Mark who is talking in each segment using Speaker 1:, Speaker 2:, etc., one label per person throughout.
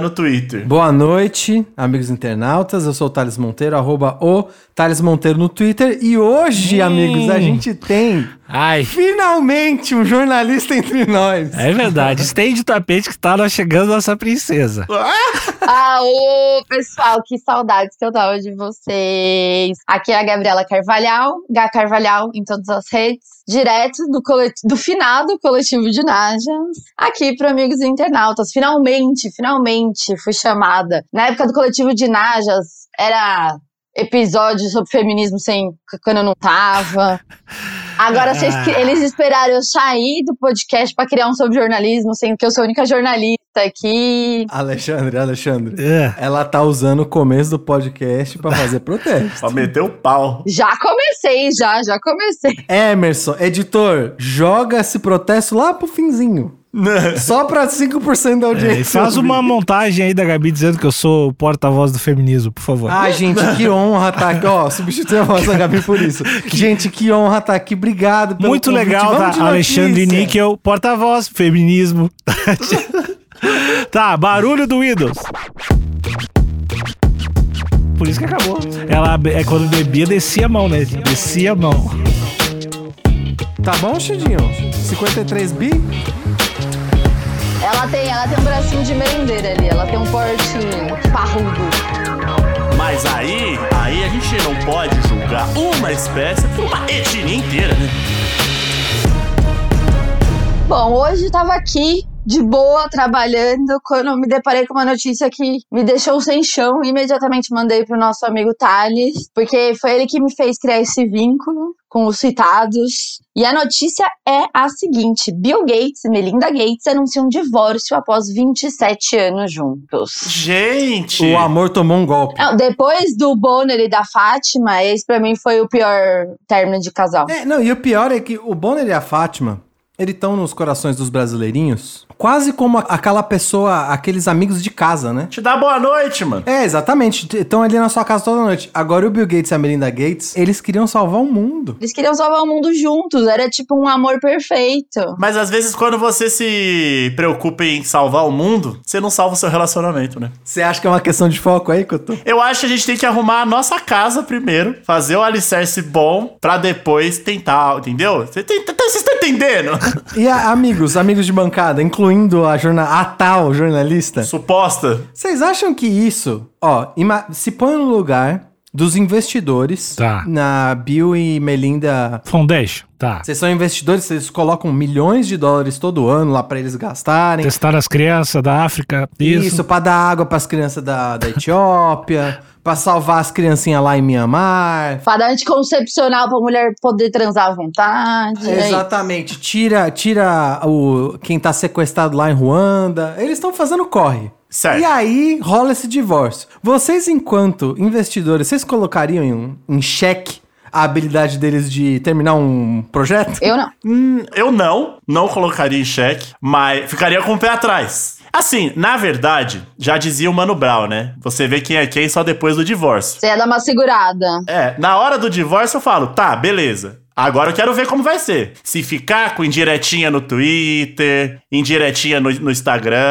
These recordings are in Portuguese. Speaker 1: no Twitter.
Speaker 2: Boa noite, amigos internautas. Eu sou o Thales Monteiro, arroba o Thales Monteiro no Twitter. E hoje,
Speaker 3: Hum.
Speaker 2: amigos, a gente tem
Speaker 3: Ai,
Speaker 2: finalmente um jornalista entre nós.
Speaker 3: é verdade. Estende o tapete que está chegando nossa princesa.
Speaker 4: Ah, ô, pessoal, que saudades que eu tava de vocês. Aqui é a Gabriela Carvalhal, Gá Carvalhal em todas as redes, direto do, colet do finado coletivo de Najas, aqui para amigos e internautas. Finalmente, finalmente fui chamada. Na época do coletivo de Najas, era episódio sobre feminismo sem quando eu não tava. Agora vocês que- eles esperaram eu sair do podcast pra criar um sobre jornalismo, sendo que eu sou a única jornalista aqui.
Speaker 2: Alexandre, Alexandre.
Speaker 3: É.
Speaker 2: Ela tá usando o começo do podcast pra fazer protesto.
Speaker 1: Pra meter o pau.
Speaker 4: Já comecei, já, já comecei.
Speaker 2: Emerson, editor, joga esse protesto lá pro finzinho. Só pra 5% da
Speaker 3: É,
Speaker 2: audiência.
Speaker 3: e faz uma montagem aí da Gabi dizendo que eu sou o porta-voz do feminismo, por favor.
Speaker 2: Ah, gente, que honra tá aqui. Ó, substitui a voz da Gabi por isso. Gente, que honra tá aqui. Obrigado pelo
Speaker 3: Muito
Speaker 2: convite.
Speaker 3: legal,
Speaker 2: Vamos de
Speaker 3: tá? Alexandre
Speaker 2: notícia.
Speaker 3: Níquel, porta-voz, feminismo. tá, barulho do Windows. Por isso que acabou. Ela é quando bebia, descia a mão, né? Descia a mão.
Speaker 2: Tá bom, Chidinho? 53 bi?
Speaker 4: Ela tem, ela tem um bracinho de merendeira ali, ela tem um portinho parrudo.
Speaker 1: Mas aí, aí a gente não pode julgar uma espécie por uma etnia inteira, né?
Speaker 4: Bom, hoje eu tava aqui de boa trabalhando quando eu me deparei com uma notícia que me deixou sem chão. Imediatamente mandei pro nosso amigo Thales, porque foi ele que me fez criar esse vínculo com os citados. E a notícia é a seguinte: Bill Gates e Melinda Gates anunciam um divórcio após 27 anos juntos.
Speaker 1: Gente!
Speaker 2: O amor tomou um golpe.
Speaker 4: Não, depois do Bonner e da Fátima, esse pra mim foi o pior término de casal.
Speaker 2: É, não, e o pior é que o Bonner e a Fátima, eles estão nos corações dos brasileirinhos quase como a- aquela pessoa, aqueles amigos de casa, né?
Speaker 1: Te dá boa noite, mano.
Speaker 2: É, exatamente. Estão ali na sua casa toda noite. Agora o Bill Gates e a Melinda Gates, eles queriam salvar o mundo.
Speaker 4: Eles queriam salvar o mundo juntos, era tipo um amor perfeito.
Speaker 1: Mas às vezes quando você se preocupa em salvar o mundo, você não salva o seu relacionamento, né?
Speaker 2: Você acha que é uma questão de foco aí, Couto?
Speaker 1: Eu acho que a gente tem que arrumar a nossa casa primeiro, fazer o alicerce bom, pra depois tentar, entendeu? Você tem- tá- Vocês estão entendendo?
Speaker 2: E a- amigos, amigos de bancada, incluindo a, jorna a tal jornalista,
Speaker 1: Suposta.
Speaker 2: Vocês acham que isso, ó, ima- se põe no lugar dos investidores
Speaker 3: Tá.
Speaker 2: na Bill e Melinda.
Speaker 3: Foundation, tá.
Speaker 2: Vocês são investidores, vocês colocam milhões de dólares todo ano lá pra eles gastarem.
Speaker 3: Testar as crianças da África. Isso.
Speaker 2: Isso, pra dar água pras crianças da, da Etiópia, pra salvar as criancinhas lá em Mianmar.
Speaker 4: Pra dar anticoncepcional pra mulher poder transar à vontade. né?
Speaker 2: Exatamente, tira tira o quem tá sequestrado lá em Ruanda. Eles estão fazendo corre.
Speaker 1: Certo.
Speaker 2: E aí rola esse divórcio. Vocês, enquanto investidores, vocês colocariam em, um, em xeque a habilidade deles de terminar um projeto?
Speaker 4: Eu não.
Speaker 1: Hum, eu não, não colocaria em xeque, mas ficaria com o pé atrás. Assim, na verdade, já dizia o Mano Brown, né? Você vê quem é quem só depois do divórcio.
Speaker 4: Você ia dar uma segurada.
Speaker 1: É, na hora do divórcio eu falo, tá, beleza. Agora eu quero ver como vai ser. Se ficar com indiretinha no Twitter, indiretinha no, no Instagram,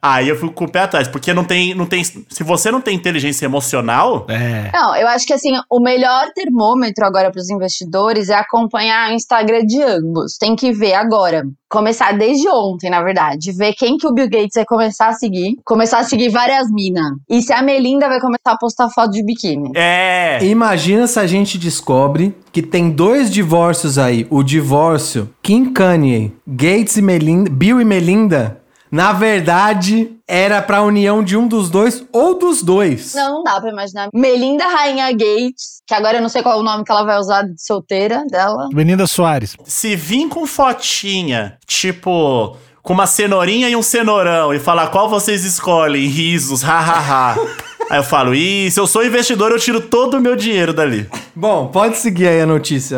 Speaker 1: aí eu fico com o pé atrás. Porque não tem, não tem. Se você não tem inteligência emocional,
Speaker 3: É.
Speaker 4: Não, eu acho que assim, o melhor termômetro agora pros investidores é acompanhar o Instagram de ambos. Tem que ver agora. Começar desde ontem, na verdade. Ver quem que o Bill Gates vai começar a seguir. Começar a seguir várias minas. E se a Melinda vai começar a postar foto de biquíni.
Speaker 1: é.
Speaker 2: Imagina se a gente descobre que tem dois divórcios aí. O divórcio Kim Kanye, Gates e Melinda, Bill e Melinda, na verdade era pra união de um dos dois ou dos dois.
Speaker 4: Não dá pra imaginar. Melinda Rainha Gates, que agora eu não sei qual é o nome que ela vai usar de solteira dela.
Speaker 3: Melinda Soares.
Speaker 1: Se vir com fotinha, tipo, com uma cenourinha e um cenourão, e falar qual vocês escolhem, risos, hahaha. Aí eu falo, ih, se eu sou investidor, eu tiro todo o meu dinheiro dali.
Speaker 2: Bom, pode seguir aí a notícia,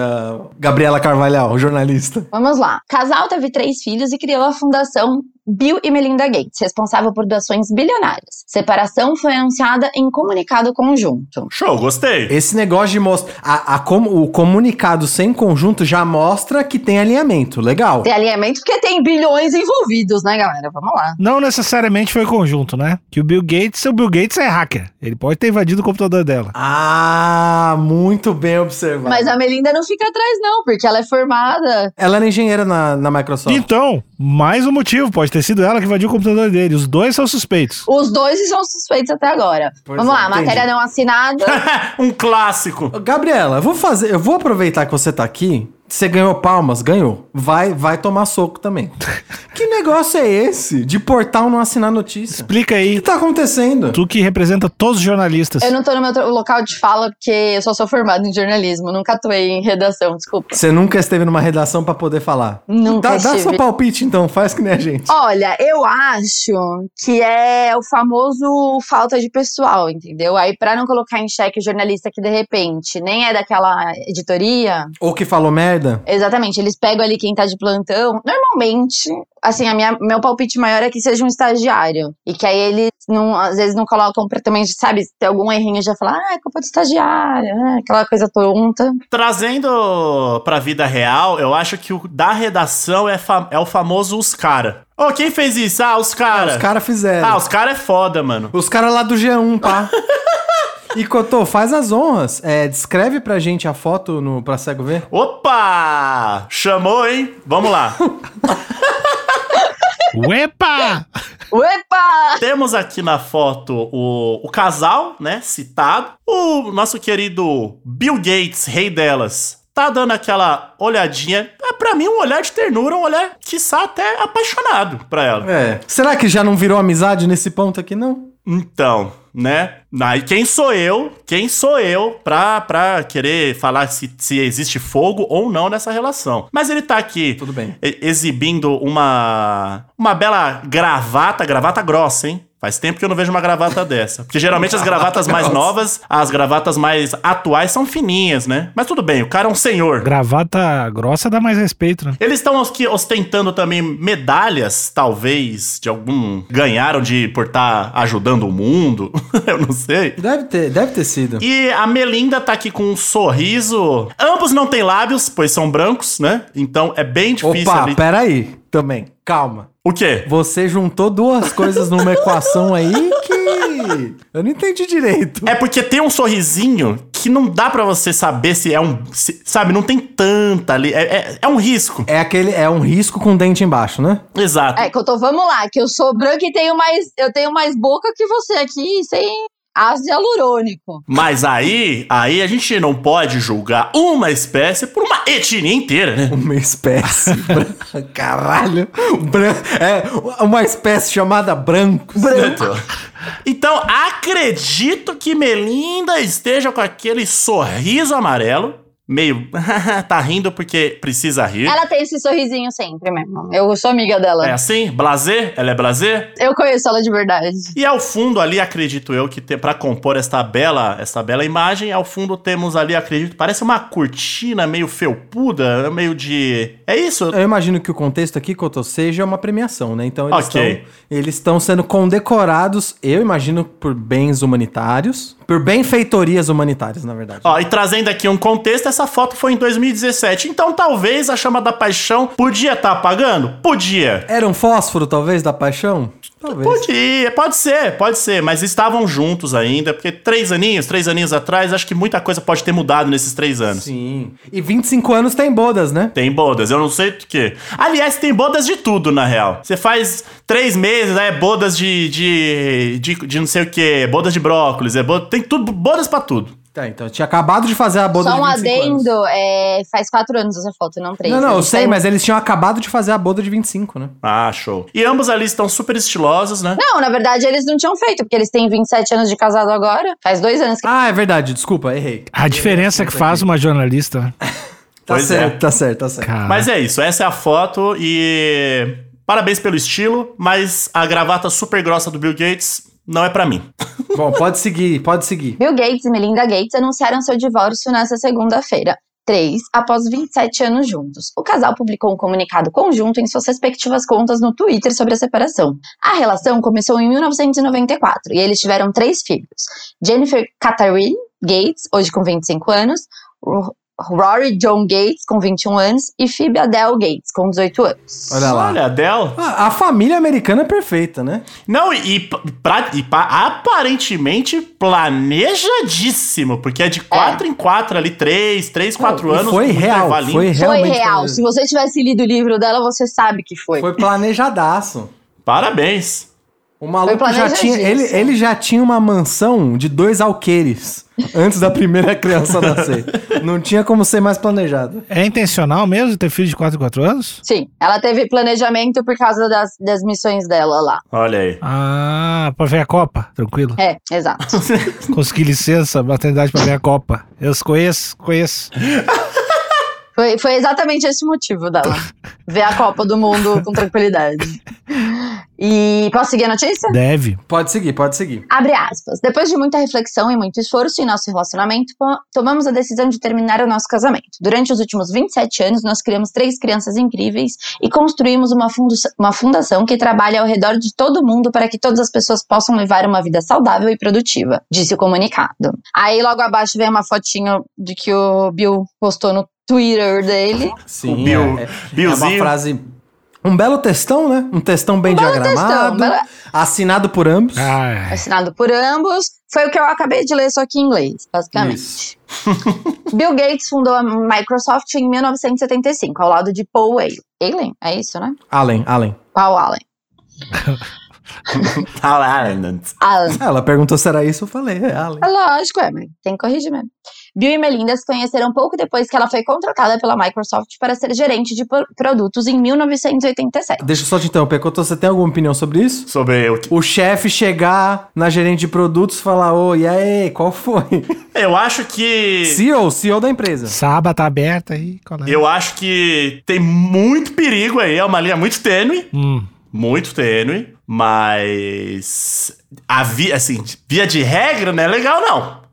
Speaker 2: Gabriela Carvalhal, jornalista.
Speaker 4: Vamos lá. O casal teve três filhos e criou a fundação Bill e Melinda Gates, responsável por doações bilionárias. Separação foi anunciada em comunicado conjunto.
Speaker 1: Show, gostei.
Speaker 2: Esse negócio de mostrar. o comunicado sem conjunto já mostra que tem alinhamento. Legal.
Speaker 4: Tem alinhamento porque tem bilhões envolvidos, né, galera? Vamos lá.
Speaker 3: Não necessariamente foi conjunto, né? Que o Bill Gates, o Bill Gates é hacker. Ele pode ter invadido o computador dela.
Speaker 2: Ah, muito bem observado.
Speaker 4: Mas a Melinda não fica atrás, não, porque ela é formada.
Speaker 2: Ela era engenheira na, na Microsoft.
Speaker 3: Então, mais um motivo, pode ter sido ela que invadiu o computador dele. Os dois são suspeitos.
Speaker 4: Os dois são suspeitos até agora.
Speaker 2: Pois
Speaker 4: Vamos
Speaker 2: é,
Speaker 4: lá,
Speaker 2: entendi.
Speaker 4: matéria não assinada.
Speaker 1: um clássico.
Speaker 2: Gabriela, eu vou fazer, eu vou aproveitar que você tá aqui. Você ganhou palmas, ganhou. Vai, vai tomar soco também. que negócio é esse de portal não assinar notícia? O
Speaker 3: Explica aí,
Speaker 2: que tá acontecendo?
Speaker 3: tu que representa todos os jornalistas.
Speaker 4: Eu não tô no meu tro- local de fala porque eu só sou formada em jornalismo, nunca atuei em redação, desculpa.
Speaker 2: Você nunca esteve numa redação pra poder falar. Dá,
Speaker 4: Nunca
Speaker 2: dá
Speaker 4: estive.
Speaker 2: seu palpite então, faz que nem a gente.
Speaker 4: Olha, eu acho que é o famoso falta de pessoal, entendeu? Aí pra não colocar em xeque o jornalista que de repente nem é daquela editoria,
Speaker 2: Ou que falou merda?
Speaker 4: exatamente, eles pegam ali quem tá de plantão. Normalmente, assim, a minha, meu palpite maior é que seja um estagiário e que aí eles não, às vezes não colocam pra também, sabe, se tem algum errinho já falar, ah, é culpa do estagiário, né? aquela coisa tonta.
Speaker 1: Trazendo pra vida real, eu acho que o da redação é, fa- é o famoso os cara. Ô, quem fez isso? Ah, os cara.
Speaker 2: Os caras fizeram.
Speaker 1: Ah, os cara é foda, mano.
Speaker 2: Os caras lá do G1, pá. e Cotô, faz as honras. É, descreve pra gente a foto no, pra cego ver.
Speaker 1: Opa! Chamou, hein? Vamos lá.
Speaker 3: Uepa!
Speaker 4: Uepa!
Speaker 1: Temos aqui na foto o, o casal, né? Citado. O nosso querido Bill Gates, rei delas, tá dando aquela olhadinha. É, pra mim, um olhar de ternura, um olhar, quiçá, até apaixonado pra ela.
Speaker 2: É. Será que já não virou amizade nesse ponto aqui, não?
Speaker 1: Então, né? Aí quem sou eu? Quem sou eu pra, pra querer falar se, se existe fogo ou não nessa relação? Mas ele tá aqui
Speaker 2: Tudo bem.
Speaker 1: e- exibindo uma uma bela gravata, gravata grossa, hein? Faz tempo que eu não vejo uma gravata dessa. Porque geralmente as gravatas mais
Speaker 2: Grossa.
Speaker 1: novas, as gravatas mais atuais são fininhas, né? Mas tudo bem, o cara é um senhor.
Speaker 3: Gravata grossa dá mais respeito, né?
Speaker 1: Eles estão aqui ostentando também medalhas, talvez, de algum. ganharam de por estar ajudando o mundo, eu não sei.
Speaker 2: Deve ter, deve ter sido.
Speaker 1: E a Melinda tá aqui com um sorriso. Ambos não têm lábios, pois são brancos, né? Então é bem difícil
Speaker 2: Opa,
Speaker 1: ali.
Speaker 2: peraí. Também. Calma.
Speaker 1: O quê?
Speaker 2: Você juntou duas coisas numa equação aí que. Eu não entendi direito.
Speaker 1: É porque tem um sorrisinho que não dá pra você saber se é um. se- sabe, não tem tanta ali. É, é, é um risco.
Speaker 2: É aquele. É um risco com dente embaixo, né?
Speaker 1: Exato.
Speaker 4: É, que eu tô, vamos lá, que eu sou branca e tenho mais, eu tenho mais boca que você aqui, sem ácido hialurônico.
Speaker 1: Mas aí, aí a gente não pode julgar uma espécie por uma etnia inteira, né?
Speaker 2: Uma espécie. branca. Caralho. Bran... É uma espécie chamada branco. Branco.
Speaker 1: Então, acredito que Melinda esteja com aquele sorriso amarelo, meio tá rindo porque precisa rir.
Speaker 4: Ela tem esse sorrisinho sempre mesmo. Eu sou amiga dela.
Speaker 1: É assim? Blazer? Ela é blazer?
Speaker 4: Eu conheço ela de verdade.
Speaker 1: E ao fundo ali, acredito eu, que tem, pra compor esta bela, esta bela imagem, ao fundo temos ali, acredito, parece uma cortina meio felpuda, meio de... É isso?
Speaker 2: Eu imagino que o contexto aqui, Cotô, seja uma premiação, né? Então eles estão
Speaker 1: Ok.
Speaker 2: eles estão sendo condecorados, eu imagino, por bens humanitários. Por benfeitorias humanitárias, na verdade.
Speaker 1: Ó, e trazendo aqui um contexto, essa foto foi em 2017. Então talvez a chama da paixão podia estar apagando? Podia.
Speaker 2: Era um fósforo, talvez, da paixão? Talvez.
Speaker 1: Podia, pode ser, pode ser, mas estavam juntos ainda, porque três aninhos, três aninhos atrás, acho que muita coisa pode ter mudado nesses três anos.
Speaker 2: Sim. E 25 anos tem bodas, né?
Speaker 1: Tem bodas, eu não sei do que. Aliás, tem bodas de tudo, na real. Você faz três meses, aí é bodas de, de, de, de não sei o que, bodas de brócolis, é boda, tem tudo, bodas pra tudo.
Speaker 2: Tá, então eu tinha acabado de fazer a boda
Speaker 4: Só
Speaker 2: de
Speaker 4: um
Speaker 2: 25 anos.
Speaker 4: adendo, é, faz quatro anos essa foto, não três.
Speaker 2: Não, não, eu
Speaker 4: Eles
Speaker 2: sei,
Speaker 4: têm-
Speaker 2: mas eles tinham acabado de fazer a boda de 25, né?
Speaker 1: Ah, show. E ambos ali estão super estilosos, né?
Speaker 4: Não, na verdade eles não tinham feito, porque eles têm 27 anos de casado agora. Faz dois anos que.
Speaker 2: Ah, é verdade, desculpa, errei.
Speaker 3: A diferença que faz uma jornalista. né?
Speaker 2: Tá
Speaker 1: Pois
Speaker 2: certo,
Speaker 1: é.
Speaker 2: tá certo, tá certo.
Speaker 3: Cara.
Speaker 1: Mas é isso, essa é a foto e. Parabéns pelo estilo, mas a gravata super grossa do Bill Gates Não é pra mim.
Speaker 2: Bom, pode seguir, pode seguir.
Speaker 4: Bill Gates e Melinda Gates anunciaram seu divórcio nessa segunda-feira. Três, após 27 anos juntos. O casal publicou um comunicado conjunto em suas respectivas contas no Twitter sobre a separação. A relação começou em 1994 e eles tiveram três filhos: Jennifer Catherine Gates, hoje com 25 anos, Ro- Rory John Gates, com 21 anos, e Phoebe Adele Gates, com 18 anos.
Speaker 2: Olha lá.
Speaker 1: Olha, Adele.
Speaker 2: A, a família americana é perfeita, né?
Speaker 1: Não, e, e pra- e pa- aparentemente planejadíssimo, porque é de quatro em quatro ali, três, três, quatro
Speaker 2: E
Speaker 1: anos.
Speaker 2: foi
Speaker 1: muito
Speaker 2: real,
Speaker 1: intervalinho.
Speaker 2: foi
Speaker 4: Foi
Speaker 2: realmente
Speaker 4: real. Se
Speaker 2: planejado.
Speaker 4: você tivesse lido o livro dela, você sabe que foi.
Speaker 2: Foi planejadaço.
Speaker 1: Parabéns.
Speaker 2: O maluco
Speaker 4: Foi
Speaker 2: já tinha. Ele,
Speaker 4: planejadíssimo.
Speaker 2: ele já tinha uma mansão de dois alqueires antes da primeira criança nascer. Não tinha como ser mais planejado.
Speaker 3: É intencional mesmo ter filho de 4 em 4 anos?
Speaker 4: Sim, ela teve planejamento por causa das, das missões dela lá.
Speaker 1: Olha aí.
Speaker 3: Ah, pra ver a Copa, tranquilo.
Speaker 4: É, exato.
Speaker 3: Consegui licença, maternidade pra ver a Copa. Eu os conheço, conheço.
Speaker 4: Foi, foi exatamente esse o motivo dela. Ver a Copa do Mundo com tranquilidade. E posso seguir a notícia?
Speaker 3: Deve.
Speaker 2: Pode seguir, pode seguir.
Speaker 4: Abre aspas. Depois de muita reflexão e muito esforço em nosso relacionamento, po- tomamos a decisão de terminar o nosso casamento. Durante os últimos 27 anos, nós criamos três crianças incríveis e construímos uma, fundu- uma fundação que trabalha ao redor de todo mundo para que todas as pessoas possam levar uma vida saudável e produtiva, disse o comunicado. Aí logo abaixo vem uma fotinho de que o Bill postou no Twitter dele.
Speaker 2: Sim.
Speaker 1: O Bill-
Speaker 2: é, é- é uma
Speaker 1: Billzinho.
Speaker 2: frase. Um belo textão, né? Um textão bem diagramado.
Speaker 4: textão, um bela-
Speaker 2: Assinado por ambos.
Speaker 3: Ah, Ai.
Speaker 4: assinado por ambos. Foi o que eu acabei de ler, só que em inglês, basicamente.
Speaker 2: Isso.
Speaker 4: Bill Gates fundou a Microsoft em 1975, ao lado de Paul Allen. Allen? É isso, né?
Speaker 2: Allen, Allen.
Speaker 4: Paul Allen.
Speaker 2: Tá
Speaker 1: Talent.
Speaker 4: Allen.
Speaker 2: Ela perguntou se era isso, eu falei, é Allen.
Speaker 4: É lógico, é, mas tem que corrigir mesmo. Bill e Melinda se conheceram pouco depois que ela foi contratada pela Microsoft para ser gerente de pro- produtos em 1987.
Speaker 2: Deixa eu só te interromper, Cotô, você tem alguma opinião sobre isso?
Speaker 1: Sobre o que.
Speaker 2: O chefe chegar na gerente de produtos e falar, ô, e aí, qual foi?
Speaker 1: Eu acho que.
Speaker 2: CEO, CEO da empresa.
Speaker 3: Saba tá aberta aí, colega.
Speaker 1: Eu acho que tem muito perigo aí. É uma linha muito tênue.
Speaker 3: Hum.
Speaker 1: Muito tênue. Mas. A via, assim, via de regra não é legal, não.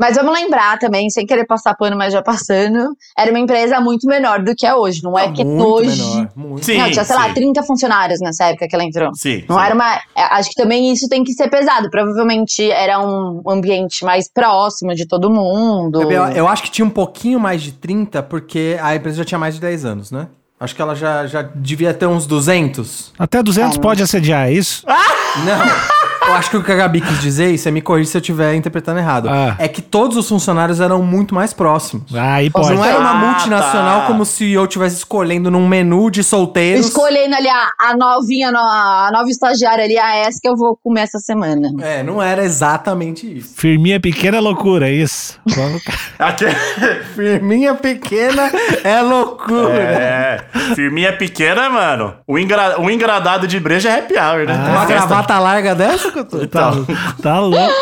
Speaker 4: Mas vamos lembrar também, sem querer passar pano, mas já passando, era uma empresa muito menor do que é hoje. Não é que hoje.
Speaker 2: Ah, Tá menor, muito.
Speaker 1: Sim.
Speaker 4: não, tinha, sei lá,
Speaker 1: sim.
Speaker 4: 30 funcionários nessa época que ela entrou.
Speaker 1: Sim.
Speaker 4: Não
Speaker 1: sim.
Speaker 4: era uma. é, Acho que também isso tem que ser pesado. Provavelmente era um ambiente mais próximo de todo mundo.
Speaker 2: Bebê, Eu, eu acho que tinha um pouquinho mais de 30, porque a empresa já tinha mais de 10 anos, né? Acho que ela já, já devia ter uns 200.
Speaker 3: Até 200 pode assediar, é isso?
Speaker 2: Não, eu acho que o que a Gabi quis dizer, e você me corrige se eu estiver interpretando errado,
Speaker 3: Ah.
Speaker 2: é que todos os funcionários eram muito mais próximos.
Speaker 3: Aí
Speaker 4: Posso
Speaker 3: pode.
Speaker 2: Não é? era uma
Speaker 1: Ah,
Speaker 2: multinacional
Speaker 1: tá.
Speaker 2: como se eu estivesse escolhendo num menu de solteiros.
Speaker 4: Escolhendo ali a, a novinha, no- a nova estagiária ali, a essa que eu vou comer essa semana.
Speaker 2: É, não era exatamente isso.
Speaker 3: Firminha pequena loucura, é isso. Vamos-
Speaker 1: Aqui-
Speaker 2: Firminha pequena é loucura.
Speaker 1: É, firminha pequena, mano. O, engra, o engradado de breja é happy hour, né?
Speaker 2: Uma gravata larga dessa que eu tô.
Speaker 3: tá, tá louco.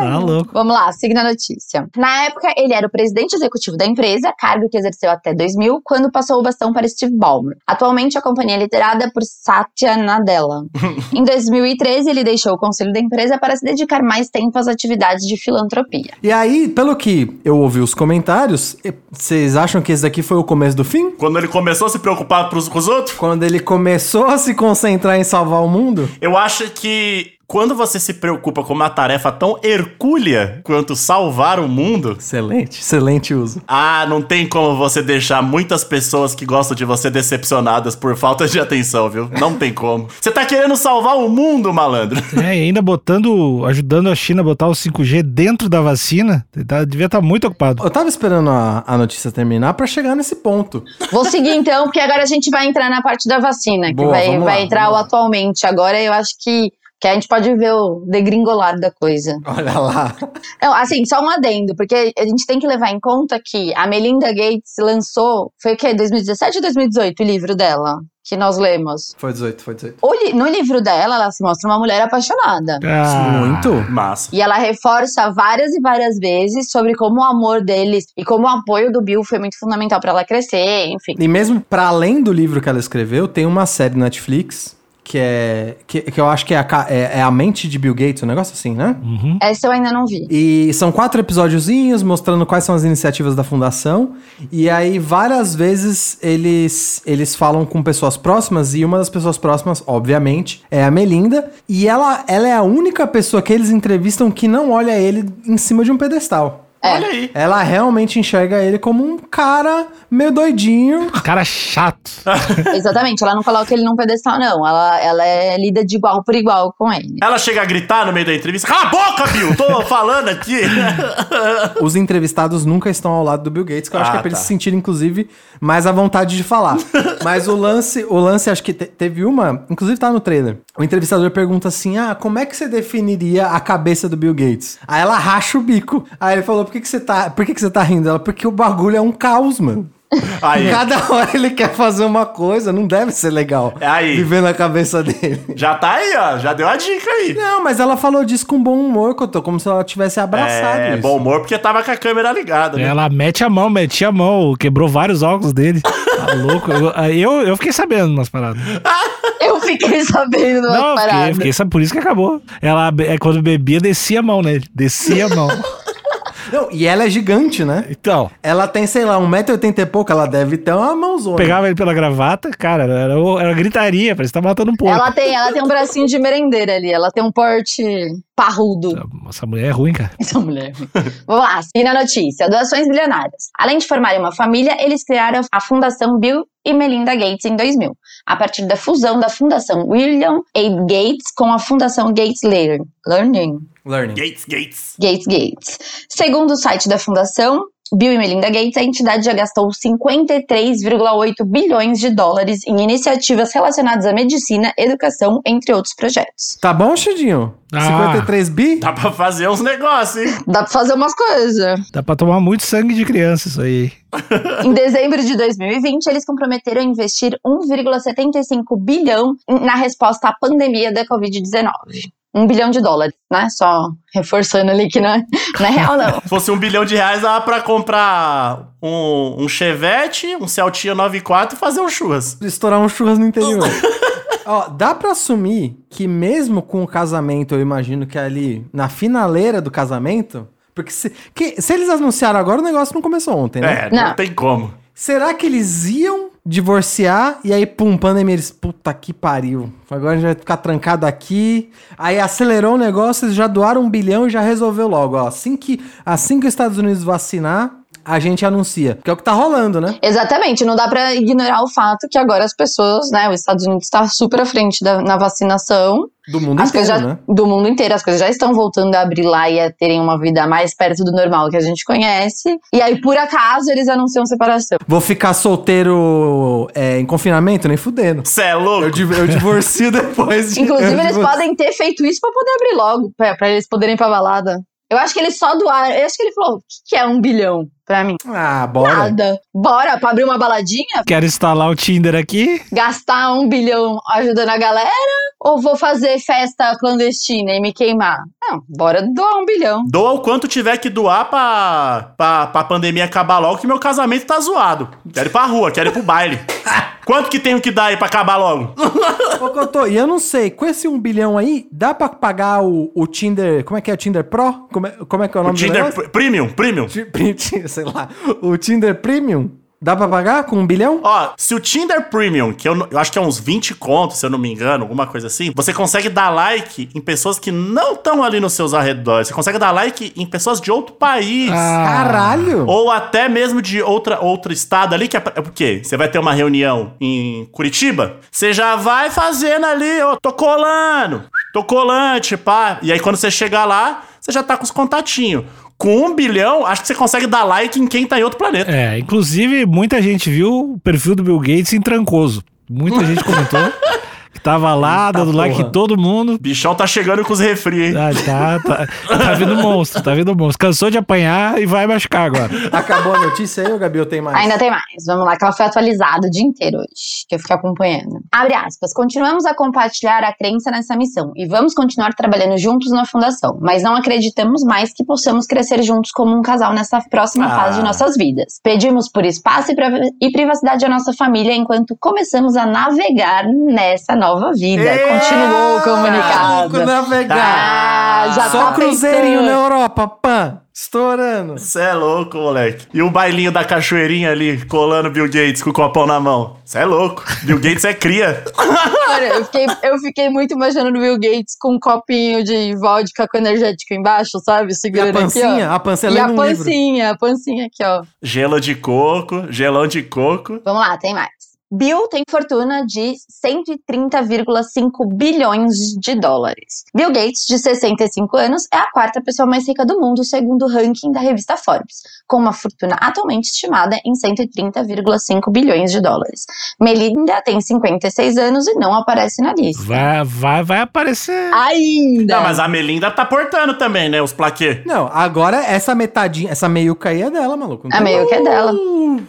Speaker 3: Tá louco.
Speaker 4: Vamos lá, seguindo a notícia. Na época, ele era o presidente executivo da empresa, cargo que exerceu até 2000, quando passou o bastão para Steve Ballmer. Atualmente, a companhia é liderada por Satya Nadella. em 2013, ele deixou o conselho da empresa para se dedicar mais tempo às atividades de filantropia.
Speaker 2: E aí, pelo que eu ouvi os comentários, e- vocês acham que esse daqui foi o começo do fim?
Speaker 1: Quando ele começou a se preocupar pros- com os outros,
Speaker 2: Quando ele começou a se concentrar em salvar o mundo?
Speaker 1: eu acho que quando você se preocupa com uma tarefa tão hercúlea quanto salvar o mundo,
Speaker 2: Excelente, excelente uso.
Speaker 1: ah, não tem como você deixar muitas pessoas que gostam de você decepcionadas por falta de atenção, viu? Não tem como. Você tá querendo salvar o mundo, malandro.
Speaker 3: É, e ainda botando, ajudando a China a botar o 5G dentro da vacina, tá- devia estar muito ocupado.
Speaker 2: Eu tava esperando a, a notícia terminar pra chegar nesse ponto.
Speaker 4: Vou seguir então, porque agora a gente vai entrar na parte da vacina, que
Speaker 2: Boa,
Speaker 4: vai,
Speaker 2: vamos
Speaker 4: vai
Speaker 2: lá,
Speaker 4: entrar o
Speaker 2: vamos lá.
Speaker 4: atualmente. Agora eu acho que, que a gente pode ver o degringolar da coisa.
Speaker 2: Olha lá.
Speaker 4: Não, assim, só um adendo, porque a gente tem que levar em conta que a Melinda Gates lançou, foi o quê? 2017 ou 2018 o livro dela, que nós lemos.
Speaker 2: Foi 18, foi 18.
Speaker 4: O li- no livro dela, ela se mostra uma mulher apaixonada.
Speaker 3: Ah,
Speaker 2: Muito?
Speaker 1: Massa.
Speaker 4: E ela reforça várias e várias vezes sobre como o amor deles e como o apoio do Bill foi muito fundamental pra ela crescer, enfim.
Speaker 2: E mesmo pra além do livro que ela escreveu, tem uma série na Netflix que é. Que, que eu acho que é a, ca- é, é a mente de Bill Gates, um negócio assim, né?
Speaker 4: Essa eu ainda não vi.
Speaker 2: E são quatro episódiozinhos mostrando quais são as iniciativas da fundação. E aí, várias vezes, eles, eles falam com pessoas próximas. E uma das pessoas próximas, obviamente, é a Melinda. E ela, ela é a única pessoa que eles entrevistam que não olha ele em cima de um pedestal.
Speaker 4: É.
Speaker 1: Olha aí.
Speaker 2: Ela realmente enxerga ele como um cara meio doidinho.
Speaker 3: Cara chato.
Speaker 4: Exatamente, ela não coloca ele num pedestal, não. Ela, ela é, lida de igual por igual com ele.
Speaker 1: Ela chega a gritar no meio da entrevista. Cala a boca, Bill! Tô falando aqui.
Speaker 2: Os entrevistados nunca estão ao lado do Bill Gates, que eu acho
Speaker 1: Ah,
Speaker 2: que é pra eles
Speaker 1: tá.
Speaker 2: se sentirem, inclusive, mais à vontade de falar. Mas o lance, o lance, acho que te- teve uma, inclusive tá no trailer. O entrevistador pergunta assim: ah, como é que você definiria a cabeça do Bill Gates? Aí ela racha o bico. Aí ele falou: por que, que você tá. Por que, que você tá rindo? Ela, porque o bagulho é um caos, mano.
Speaker 1: Aí,
Speaker 2: Cada hora ele quer fazer uma coisa, não deve ser legal.
Speaker 1: É Aí.
Speaker 2: Viver na cabeça dele.
Speaker 1: já tá aí, ó. Já deu a dica aí.
Speaker 2: Não, mas ela falou disso com bom humor, Cotô, como se ela tivesse abraçado
Speaker 1: É,
Speaker 2: isso.
Speaker 1: bom humor porque tava com a câmera ligada, né?
Speaker 3: Ela mete a mão, mete a mão, quebrou vários óculos dele. Tá louco. Eu, eu, eu fiquei sabendo umas paradas.
Speaker 4: Eu fiquei sabendo umas
Speaker 3: Não, eu fiquei,
Speaker 4: paradas.
Speaker 3: fiquei sabendo, por isso que acabou. Ela, be- é, quando bebia, descia a mão nele. Descia a mão.
Speaker 2: Não, e ela é gigante, né?
Speaker 3: Então,
Speaker 2: Ela tem, sei lá, 1,80m e pouco, ela deve ter uma mãozona.
Speaker 3: pegava ele pela gravata, cara, era, era gritaria, parece que tá matando um porco.
Speaker 4: Ela tem, ela tem um bracinho de merendeira ali, ela tem um porte parrudo.
Speaker 3: Essa mulher é ruim, cara.
Speaker 4: Essa mulher. Vamos lá. E na notícia, doações bilionárias. Além de formarem uma família, eles criaram a Fundação Bill e Melinda Gates em 2000, a partir da fusão da Fundação William A. Gates com a Fundação Gates Lear- Learning.
Speaker 2: Learning.
Speaker 1: Gates, Gates.
Speaker 4: Gates Gates. Segundo o site da fundação, Bill e Melinda Gates, a entidade já gastou 53,8 bilhões de dólares em iniciativas relacionadas à medicina, educação, entre outros projetos.
Speaker 2: Tá bom, Chidinho?
Speaker 3: Ah.
Speaker 2: 53 bi?
Speaker 1: Dá pra fazer uns negócios, hein?
Speaker 4: Dá pra fazer umas coisas.
Speaker 3: Dá pra tomar muito sangue de criança isso aí.
Speaker 4: Em dezembro de 2020, eles comprometeram a investir 1,75 bilhão na resposta à pandemia da Covid-19. Um bilhão de dólares, né? Só reforçando ali que não é, não é real, não.
Speaker 1: Se fosse um bilhão de reais, dava pra comprar um, um Chevette, um Celtinha 94 e fazer um churras.
Speaker 2: Estourar um churras no interior. Ó, dá pra assumir que mesmo com o casamento, eu imagino que é ali na finaleira do casamento... Porque se, que- se eles anunciaram agora, o negócio não começou ontem, né?
Speaker 1: É, não,
Speaker 4: Não.
Speaker 1: tem como.
Speaker 2: Será que eles iam divorciar e aí, pum, pandemia, eles, puta que pariu. Agora a gente vai ficar trancado aqui. Aí acelerou o negócio, eles já doaram um bilhão e já resolveu logo, ó. Assim que, assim que os Estados Unidos vacinar, a gente anuncia. Que é o que tá rolando, né?
Speaker 4: Exatamente, não dá pra ignorar o fato que agora as pessoas, né, os Estados Unidos está super à frente da, na vacinação,
Speaker 2: Do mundo
Speaker 4: as
Speaker 2: inteiro,
Speaker 4: coisas já-
Speaker 2: né?
Speaker 4: do mundo inteiro, as coisas já estão voltando a abrir lá e a terem uma vida mais perto do normal que a gente conhece, e aí por acaso eles anunciam separação.
Speaker 2: Vou ficar solteiro é, em confinamento? Nem fudendo.
Speaker 1: Cê é
Speaker 2: Eu,
Speaker 1: louco?
Speaker 2: di- eu divorcio depois. de-
Speaker 4: Inclusive
Speaker 2: eu
Speaker 4: eles
Speaker 2: divor-
Speaker 4: podem ter feito isso pra poder abrir logo, pra, pra eles poderem ir pra balada. Eu acho que eles só doaram, eu acho que ele falou, o que, que é um bilhão pra mim?
Speaker 2: Ah, bora.
Speaker 4: Nada. Bora pra abrir uma baladinha?
Speaker 3: Quero instalar o Tinder aqui.
Speaker 4: Gastar um bilhão ajudando a galera? Ou vou fazer festa clandestina e me queimar? Não, bora doar um bilhão.
Speaker 1: Doa o quanto tiver que doar pra, pra, pra pandemia acabar logo, que meu casamento tá zoado. Quero ir pra rua, quero ir pro baile. Quanto que tenho que dar aí pra acabar logo?
Speaker 2: Ô, Cotô, e eu não sei, com esse um bilhão aí, dá pra pagar o, o Tinder. Como é que é o Tinder Pro? Como é, como é que é o nome
Speaker 1: O
Speaker 2: do
Speaker 1: Tinder
Speaker 2: negócio?
Speaker 1: pr- Premium, Premium.
Speaker 2: Ti- pri- ti- Sei lá. O Tinder Premium? Dá pra pagar com um bilhão?
Speaker 1: Ó, se o Tinder Premium, que eu, não- eu acho que é uns 20 contos, se eu não me engano, alguma coisa assim, você consegue dar like em pessoas que não estão ali nos seus arredores. Você consegue dar like em pessoas de outro país.
Speaker 3: Ah.
Speaker 2: Caralho!
Speaker 1: Ou até mesmo de outra, outro estado ali, que é pra- é porque você vai ter uma reunião em Curitiba, você já vai fazendo ali, ó, tô colando, tô colante, pá. E aí quando você chegar lá, você já tá com os contatinhos. Com um bilhão, acho que você consegue dar like em quem tá em outro planeta.
Speaker 3: É, inclusive, muita gente viu o perfil do Bill Gates em Trancoso. Muita gente comentou que tava lá,
Speaker 2: Eita
Speaker 3: dando like
Speaker 2: porra.
Speaker 3: em todo mundo.
Speaker 1: O bichão tá chegando com os refri, hein?
Speaker 3: Ah, tá, tá. Tá vindo monstro, tá vindo monstro. Cansou de apanhar e vai machucar agora.
Speaker 2: Acabou a notícia aí, ou Gabi, eu tenho mais?
Speaker 4: Ainda tem mais. Vamos lá, que ela foi atualizada o dia inteiro hoje, que eu fiquei acompanhando. Abre aspas. Continuamos a compartilhar a crença nessa missão e vamos continuar trabalhando juntos na fundação, mas não acreditamos mais que possamos crescer juntos como um casal nessa próxima
Speaker 1: Ah.
Speaker 4: fase de nossas vidas. Pedimos por espaço e priv- e privacidade à nossa família enquanto começamos a navegar nessa nova vida. Continuou o
Speaker 2: Pouco
Speaker 4: comunicado.
Speaker 2: navegar.
Speaker 4: Ah, já
Speaker 2: Só
Speaker 4: tá
Speaker 2: cruzeirinho né? na
Speaker 4: tentando.
Speaker 2: Europa, pã. Estourando.
Speaker 1: Cê é louco, moleque. E o bailinho da cachoeirinha ali, colando Bill Gates com o copão na mão. Cê é louco. Bill Gates é cria.
Speaker 4: Olha, eu fiquei, eu fiquei muito imaginando o Bill Gates com um copinho de vodka com energético embaixo, sabe?
Speaker 2: E a
Speaker 4: Segurando aqui, ó.
Speaker 2: pancinha? A pancinha
Speaker 4: e
Speaker 2: lendo
Speaker 4: a
Speaker 2: um livro.
Speaker 4: pancinha, a pancinha aqui, ó.
Speaker 1: Gelo de coco, gelão de coco.
Speaker 4: Vamos lá, tem mais. Bill tem fortuna de 130,5 bilhões de dólares. Bill Gates, de 65 anos, é a quarta pessoa mais rica do mundo, segundo o ranking da revista Forbes, com uma fortuna atualmente estimada em 130,5 bilhões de dólares. Melinda tem 56 anos e não aparece na lista.
Speaker 3: Vai, vai, vai aparecer.
Speaker 4: Ainda!
Speaker 1: Não, mas a Melinda tá portando também, né? Os plaquê.
Speaker 2: Não, agora essa metadinha, essa meiuca aí é dela, maluco. Não
Speaker 4: A
Speaker 2: tem-
Speaker 4: meio que é dela.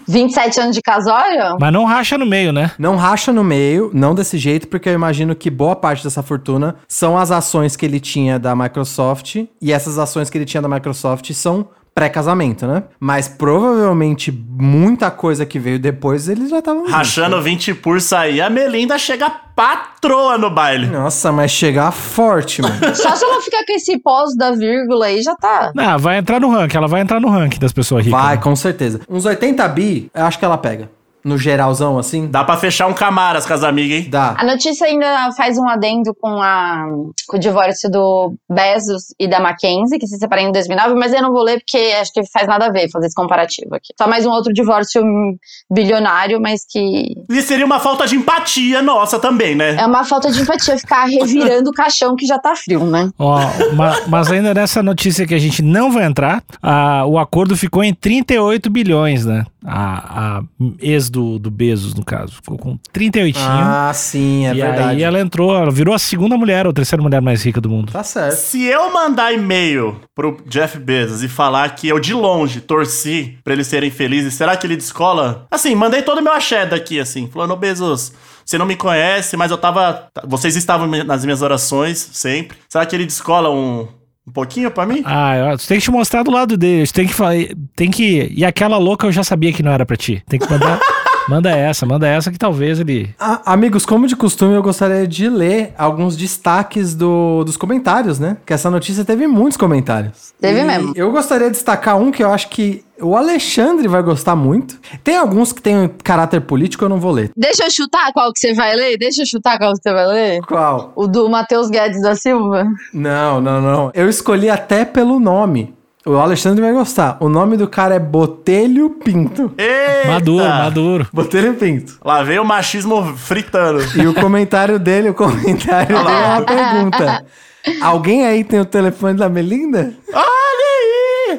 Speaker 4: 27 anos de casório?
Speaker 3: Mas não racha no meio, né?
Speaker 2: Não racha no meio, não desse jeito, porque eu imagino que boa parte dessa fortuna são as ações que ele tinha da Microsoft, e essas ações que ele tinha da Microsoft são pré-casamento, né? Mas provavelmente muita coisa que veio depois ele já tava muito.
Speaker 1: Rachando 20 por sair, a Melinda chega patroa no baile.
Speaker 2: Nossa, mas chegar forte, mano.
Speaker 4: Só se ela ficar com esse pós da vírgula aí, já tá.
Speaker 3: Não, vai entrar no ranking, ela vai entrar no ranking das pessoas ricas. né?
Speaker 2: Vai, com certeza. Uns 80 bi, eu acho que ela pega. No geralzão, assim,
Speaker 1: Dá pra fechar um Camaras com as amigas, hein?
Speaker 2: dá.
Speaker 4: A notícia ainda faz um adendo com, a, com o divórcio do Bezos e da Mackenzie, que se separaram em 2009, mas eu não vou ler porque acho que faz nada a ver fazer esse comparativo aqui. Só mais um outro divórcio hum, bilionário, mas que
Speaker 1: E seria uma falta de empatia nossa também, né?
Speaker 4: é uma falta de empatia ficar revirando o caixão que já tá frio, né?
Speaker 3: Ó, ma- mas ainda nessa notícia que a gente não vai entrar, a- o acordo ficou em 38 bilhões, né? A, a ex do, do Bezos, no caso, ficou com 38.
Speaker 2: Ah, sim, é
Speaker 3: e
Speaker 2: verdade.
Speaker 3: aí ela entrou, ela virou a segunda mulher, ou terceira mulher mais rica do mundo.
Speaker 2: Tá certo.
Speaker 1: Se eu mandar e-mail pro Jeff Bezos e falar que eu de longe torci pra eles serem felizes, será que ele descola? Assim, mandei todo o meu axé daqui, assim, falando, "Ô, Bezos, você não me conhece, mas eu tava. Vocês estavam me- nas minhas orações sempre. Será que ele descola um, um pouquinho pra mim?
Speaker 3: Ah, eu- tu tem que te mostrar do lado dele, tu tem que falar, tem que, e aquela louca eu já sabia que não era pra ti. Tem que mandar, manda essa, manda essa que talvez ele
Speaker 2: A- Ah, amigos, como de costume, eu gostaria de ler alguns destaques do- dos comentários, né? Que essa notícia teve muitos comentários.
Speaker 4: Teve
Speaker 2: E
Speaker 4: mesmo.
Speaker 2: Eu gostaria de destacar um que eu acho que o Alexandre vai gostar muito. Tem alguns que têm caráter político, eu não vou ler.
Speaker 4: Deixa eu chutar qual que você vai ler? Deixa eu chutar qual que você vai ler?
Speaker 2: Qual?
Speaker 4: O do Matheus Guedes da Silva?
Speaker 2: Não, não, não. Eu escolhi até pelo nome. O Alexandre vai gostar. O nome do cara é Botelho Pinto.
Speaker 1: Eita!
Speaker 3: maduro, maduro.
Speaker 2: Botelho Pinto.
Speaker 1: Lá veio o machismo fritando.
Speaker 2: E o comentário dele, o comentário dele é uma pergunta. Alguém aí tem o telefone da Melinda?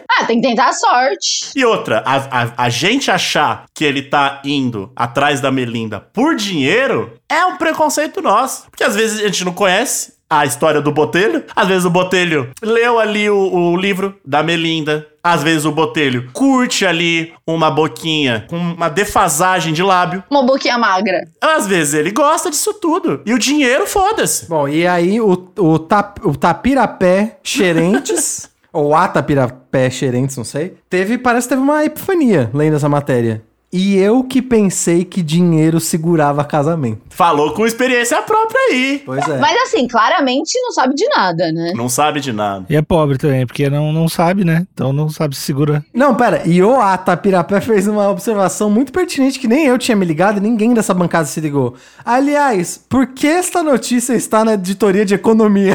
Speaker 4: Ah, tem que tentar a sorte.
Speaker 1: E outra, a, a, a gente achar que ele tá indo atrás da Melinda por dinheiro é um preconceito nosso. Porque às vezes a gente não conhece a história do Botelho. Às vezes o Botelho leu ali o, o livro da Melinda. Às vezes o Botelho curte ali uma boquinha com uma defasagem de lábio.
Speaker 4: Uma boquinha magra.
Speaker 1: Às vezes ele gosta disso tudo. E o dinheiro, foda-se.
Speaker 2: Bom, e aí o, o, tap, o Tapirapé Xerentes, ou a Tapirapé Xerentes, não sei, teve, parece que teve uma epifania lendo essa matéria. E eu que pensei que dinheiro segurava casamento.
Speaker 1: Falou com experiência própria aí.
Speaker 2: Pois é.
Speaker 4: Mas assim, claramente não sabe de nada, né?
Speaker 1: Não sabe de nada.
Speaker 3: E é pobre também, porque não, não sabe, né? Então não sabe se segura.
Speaker 2: Não, pera, e o a Tapirapé fez uma observação muito pertinente que nem eu tinha me ligado e ninguém dessa bancada se ligou. Aliás, por que esta notícia está na editoria de economia?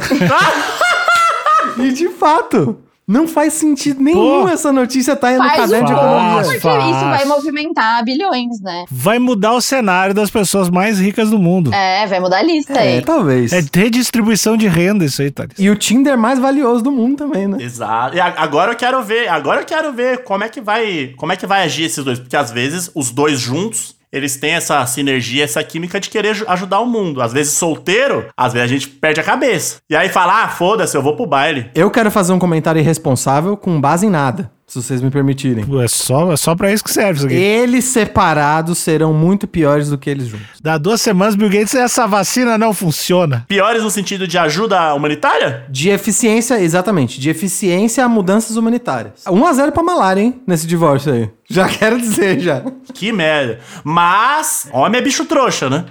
Speaker 2: e de fato, não faz sentido nenhum
Speaker 3: Pô.
Speaker 2: essa notícia estar tá no
Speaker 4: Faz
Speaker 2: caderno de
Speaker 3: um-
Speaker 2: economia.
Speaker 3: Faz,
Speaker 4: Porque
Speaker 3: faz.
Speaker 4: isso vai movimentar bilhões, né?
Speaker 3: Vai mudar o cenário das pessoas mais ricas do mundo.
Speaker 4: É, vai mudar a lista
Speaker 2: É,
Speaker 4: aí.
Speaker 2: talvez.
Speaker 3: É redistribuição de renda isso aí, Thales.
Speaker 2: E o Tinder mais valioso do mundo também, né?
Speaker 1: Exato. E a- agora eu quero ver, agora eu quero ver como é que vai, como é que vai agir esses dois, porque às vezes os dois juntos eles têm essa sinergia, essa química de querer ju- ajudar o mundo. Às vezes solteiro, às vezes a gente perde a cabeça. E aí fala, ah, foda-se, eu vou pro baile.
Speaker 2: Eu quero fazer um comentário irresponsável com base em nada, se vocês me permitirem.
Speaker 3: Pô, É só, é só pra isso que serve isso aqui.
Speaker 2: Eles separados serão muito piores do que eles juntos.
Speaker 3: Dá duas semanas, Bill Gates, essa vacina não funciona.
Speaker 1: Piores no sentido de ajuda humanitária?
Speaker 2: De eficiência, exatamente, de eficiência a mudanças humanitárias. 1x0 pra malária, hein, nesse divórcio aí. Já quero dizer, já.
Speaker 1: Que merda. Mas homem é bicho trouxa, né?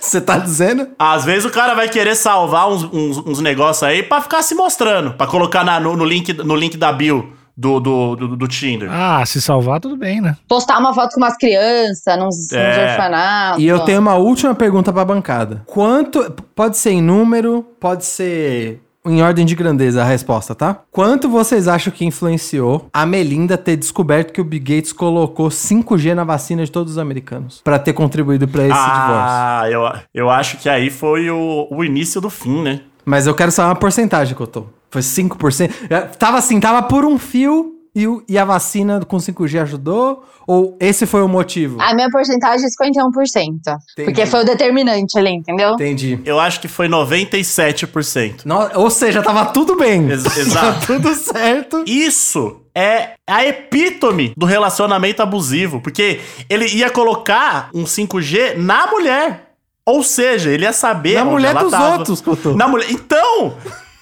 Speaker 2: Você tá dizendo?
Speaker 1: Às vezes o cara vai querer salvar uns, uns, uns negócios aí pra ficar se mostrando, pra colocar na- no, no link, no link da bio do, do, do, do Tinder.
Speaker 3: Ah, se salvar, tudo bem, né?
Speaker 4: Postar uma foto com umas crianças, nos,
Speaker 1: É.
Speaker 4: nos orfanatos.
Speaker 2: E eu tenho uma última pergunta pra bancada. Quanto. Pode ser em número, pode ser em ordem de grandeza a resposta, tá? Quanto vocês acham que influenciou a Melinda ter descoberto que o Bill Gates colocou 5G na vacina de todos os americanos? Pra ter contribuído pra esse divórcio.
Speaker 1: ah, eu, eu acho que aí foi o, o início do fim, né?
Speaker 2: Mas eu quero saber uma porcentagem que eu tô. Foi 5%? É, Tava assim, tava por um fio e, o- e a vacina com 5G ajudou? Ou esse foi o motivo?
Speaker 4: A minha porcentagem é 51%. Porque foi o determinante ali, entendeu?
Speaker 2: Entendi.
Speaker 1: Eu acho que foi 97%.
Speaker 2: No- ou seja, tava tudo bem.
Speaker 1: Ex- exato.
Speaker 2: Tava tudo certo.
Speaker 1: Isso é a epítome do relacionamento abusivo, porque ele ia colocar um 5G na mulher. Ou seja, ele ia saber.
Speaker 2: Na
Speaker 1: onde
Speaker 2: mulher
Speaker 1: ela
Speaker 2: dos
Speaker 1: tava.
Speaker 2: outros, Couto.
Speaker 1: Na mulher. Então,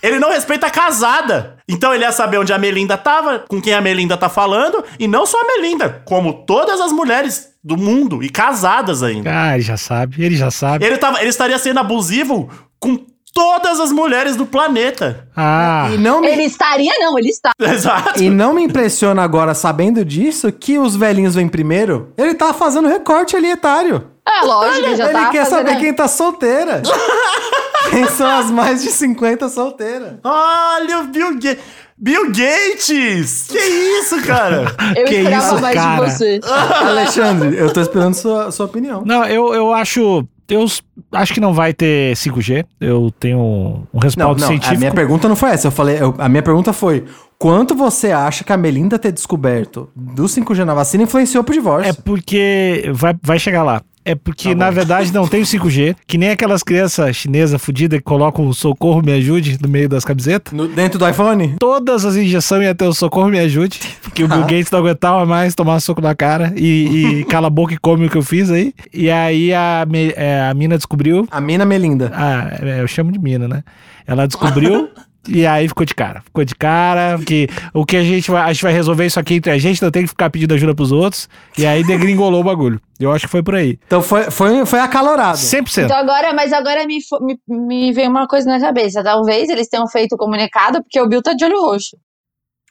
Speaker 1: ele não respeita a casada. Então ele ia saber onde a Melinda tava, com quem a Melinda tá falando, e não só a Melinda, como todas as mulheres do mundo e casadas ainda.
Speaker 3: Ah, ele já sabe, ele já sabe.
Speaker 1: Ele, tava, ele estaria sendo abusivo com todas as mulheres do planeta.
Speaker 3: Ah,
Speaker 2: E não me
Speaker 4: Ele estaria, não, ele está.
Speaker 1: Exato.
Speaker 2: E não me impressiona agora, sabendo disso, que os velhinhos vêm primeiro. Ele tá fazendo recorte ali, etário.
Speaker 4: É lógico, ele já
Speaker 2: ele
Speaker 4: tá
Speaker 2: quer
Speaker 4: fazendo...
Speaker 2: saber quem tá solteira. quem são as mais de 50 solteiras.
Speaker 1: Olha o Bill Gates. Bill Gates! Que isso, cara?
Speaker 4: Eu
Speaker 2: é
Speaker 3: Que
Speaker 4: esperava
Speaker 3: isso,
Speaker 4: mais
Speaker 3: cara?
Speaker 4: de você.
Speaker 2: Alexandre, eu tô esperando sua, sua opinião.
Speaker 3: não, eu, eu acho. Eu s- acho que não vai ter 5G. Eu tenho um
Speaker 2: Não,
Speaker 3: respaldo
Speaker 2: não, é a
Speaker 3: científico.
Speaker 2: minha pergunta não foi essa. Eu falei, eu- a minha pergunta foi: quanto você acha que a Melinda ter descoberto do 5G na vacina influenciou pro divórcio?
Speaker 3: É porque. Vai, vai chegar lá. É porque,
Speaker 2: Tá
Speaker 3: na verdade, não tem o 5G, que nem aquelas crianças chinesas fodidas que colocam o socorro me ajude no meio das camisetas.
Speaker 2: No- dentro do iPhone?
Speaker 3: Todas as injeções iam ter o socorro me ajude, porque o Bill
Speaker 2: Ah.
Speaker 3: Gates não aguentava mais tomar um soco na cara e, e cala a boca e come o que eu fiz aí. E aí a, me- é, a mina descobriu.
Speaker 2: A mina Melinda.
Speaker 3: Ah, é, eu chamo de mina, né? Ela descobriu. E aí ficou de cara. Ficou de cara. Que o que a gente vai. A gente vai resolver isso aqui entre a gente, não tem que ficar pedindo ajuda pros outros. E aí degringolou o bagulho. Eu acho que foi por aí.
Speaker 2: Então foi, foi, foi acalorado.
Speaker 3: 100%.
Speaker 4: Então agora, mas agora me, fo- me, me vem uma coisa na cabeça. Talvez eles tenham feito o comunicado porque o Bill tá de olho roxo.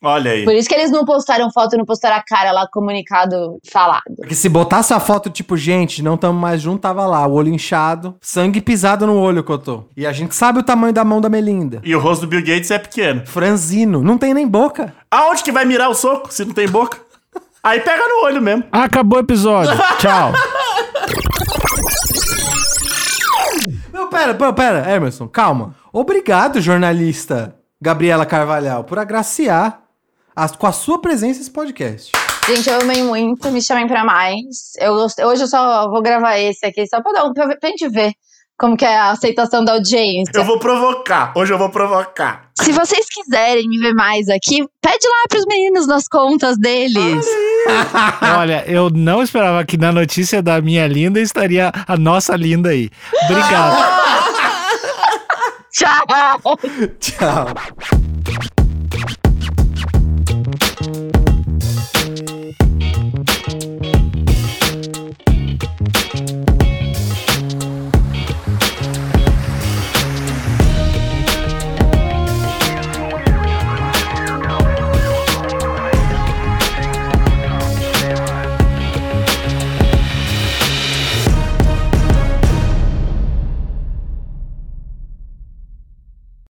Speaker 1: Olha aí.
Speaker 4: Por isso que eles não postaram foto, não postaram a cara lá, comunicado falado.
Speaker 2: Porque se botasse a foto, tipo, gente, não tamo mais junto, tava lá, o olho inchado, sangue pisado no olho, Cotô. E a gente sabe o tamanho da mão da Melinda.
Speaker 1: E o rosto do Bill Gates é pequeno.
Speaker 2: Franzino, não tem nem boca.
Speaker 1: Aonde que vai mirar o soco se não tem boca? Aí pega no olho mesmo.
Speaker 3: Acabou o episódio. Tchau.
Speaker 2: Não, pera, pera, pera, Emerson, calma. Obrigado, jornalista Gabriela Carvalhal, por agraciar as- com a sua presença esse podcast.
Speaker 4: Gente, eu amei muito, me chamem pra mais. Eu, gost- hoje eu só vou gravar esse aqui, só pra, dar um, pra, ver- pra gente ver como que é a aceitação da audiência.
Speaker 1: Eu vou provocar. Hoje eu vou provocar.
Speaker 4: Se vocês quiserem me ver mais aqui, pede lá pros meninos nas contas deles.
Speaker 3: Olha, eu não esperava que na notícia da minha linda estaria a nossa linda aí. Obrigado.
Speaker 4: Tchau!
Speaker 2: Tchau.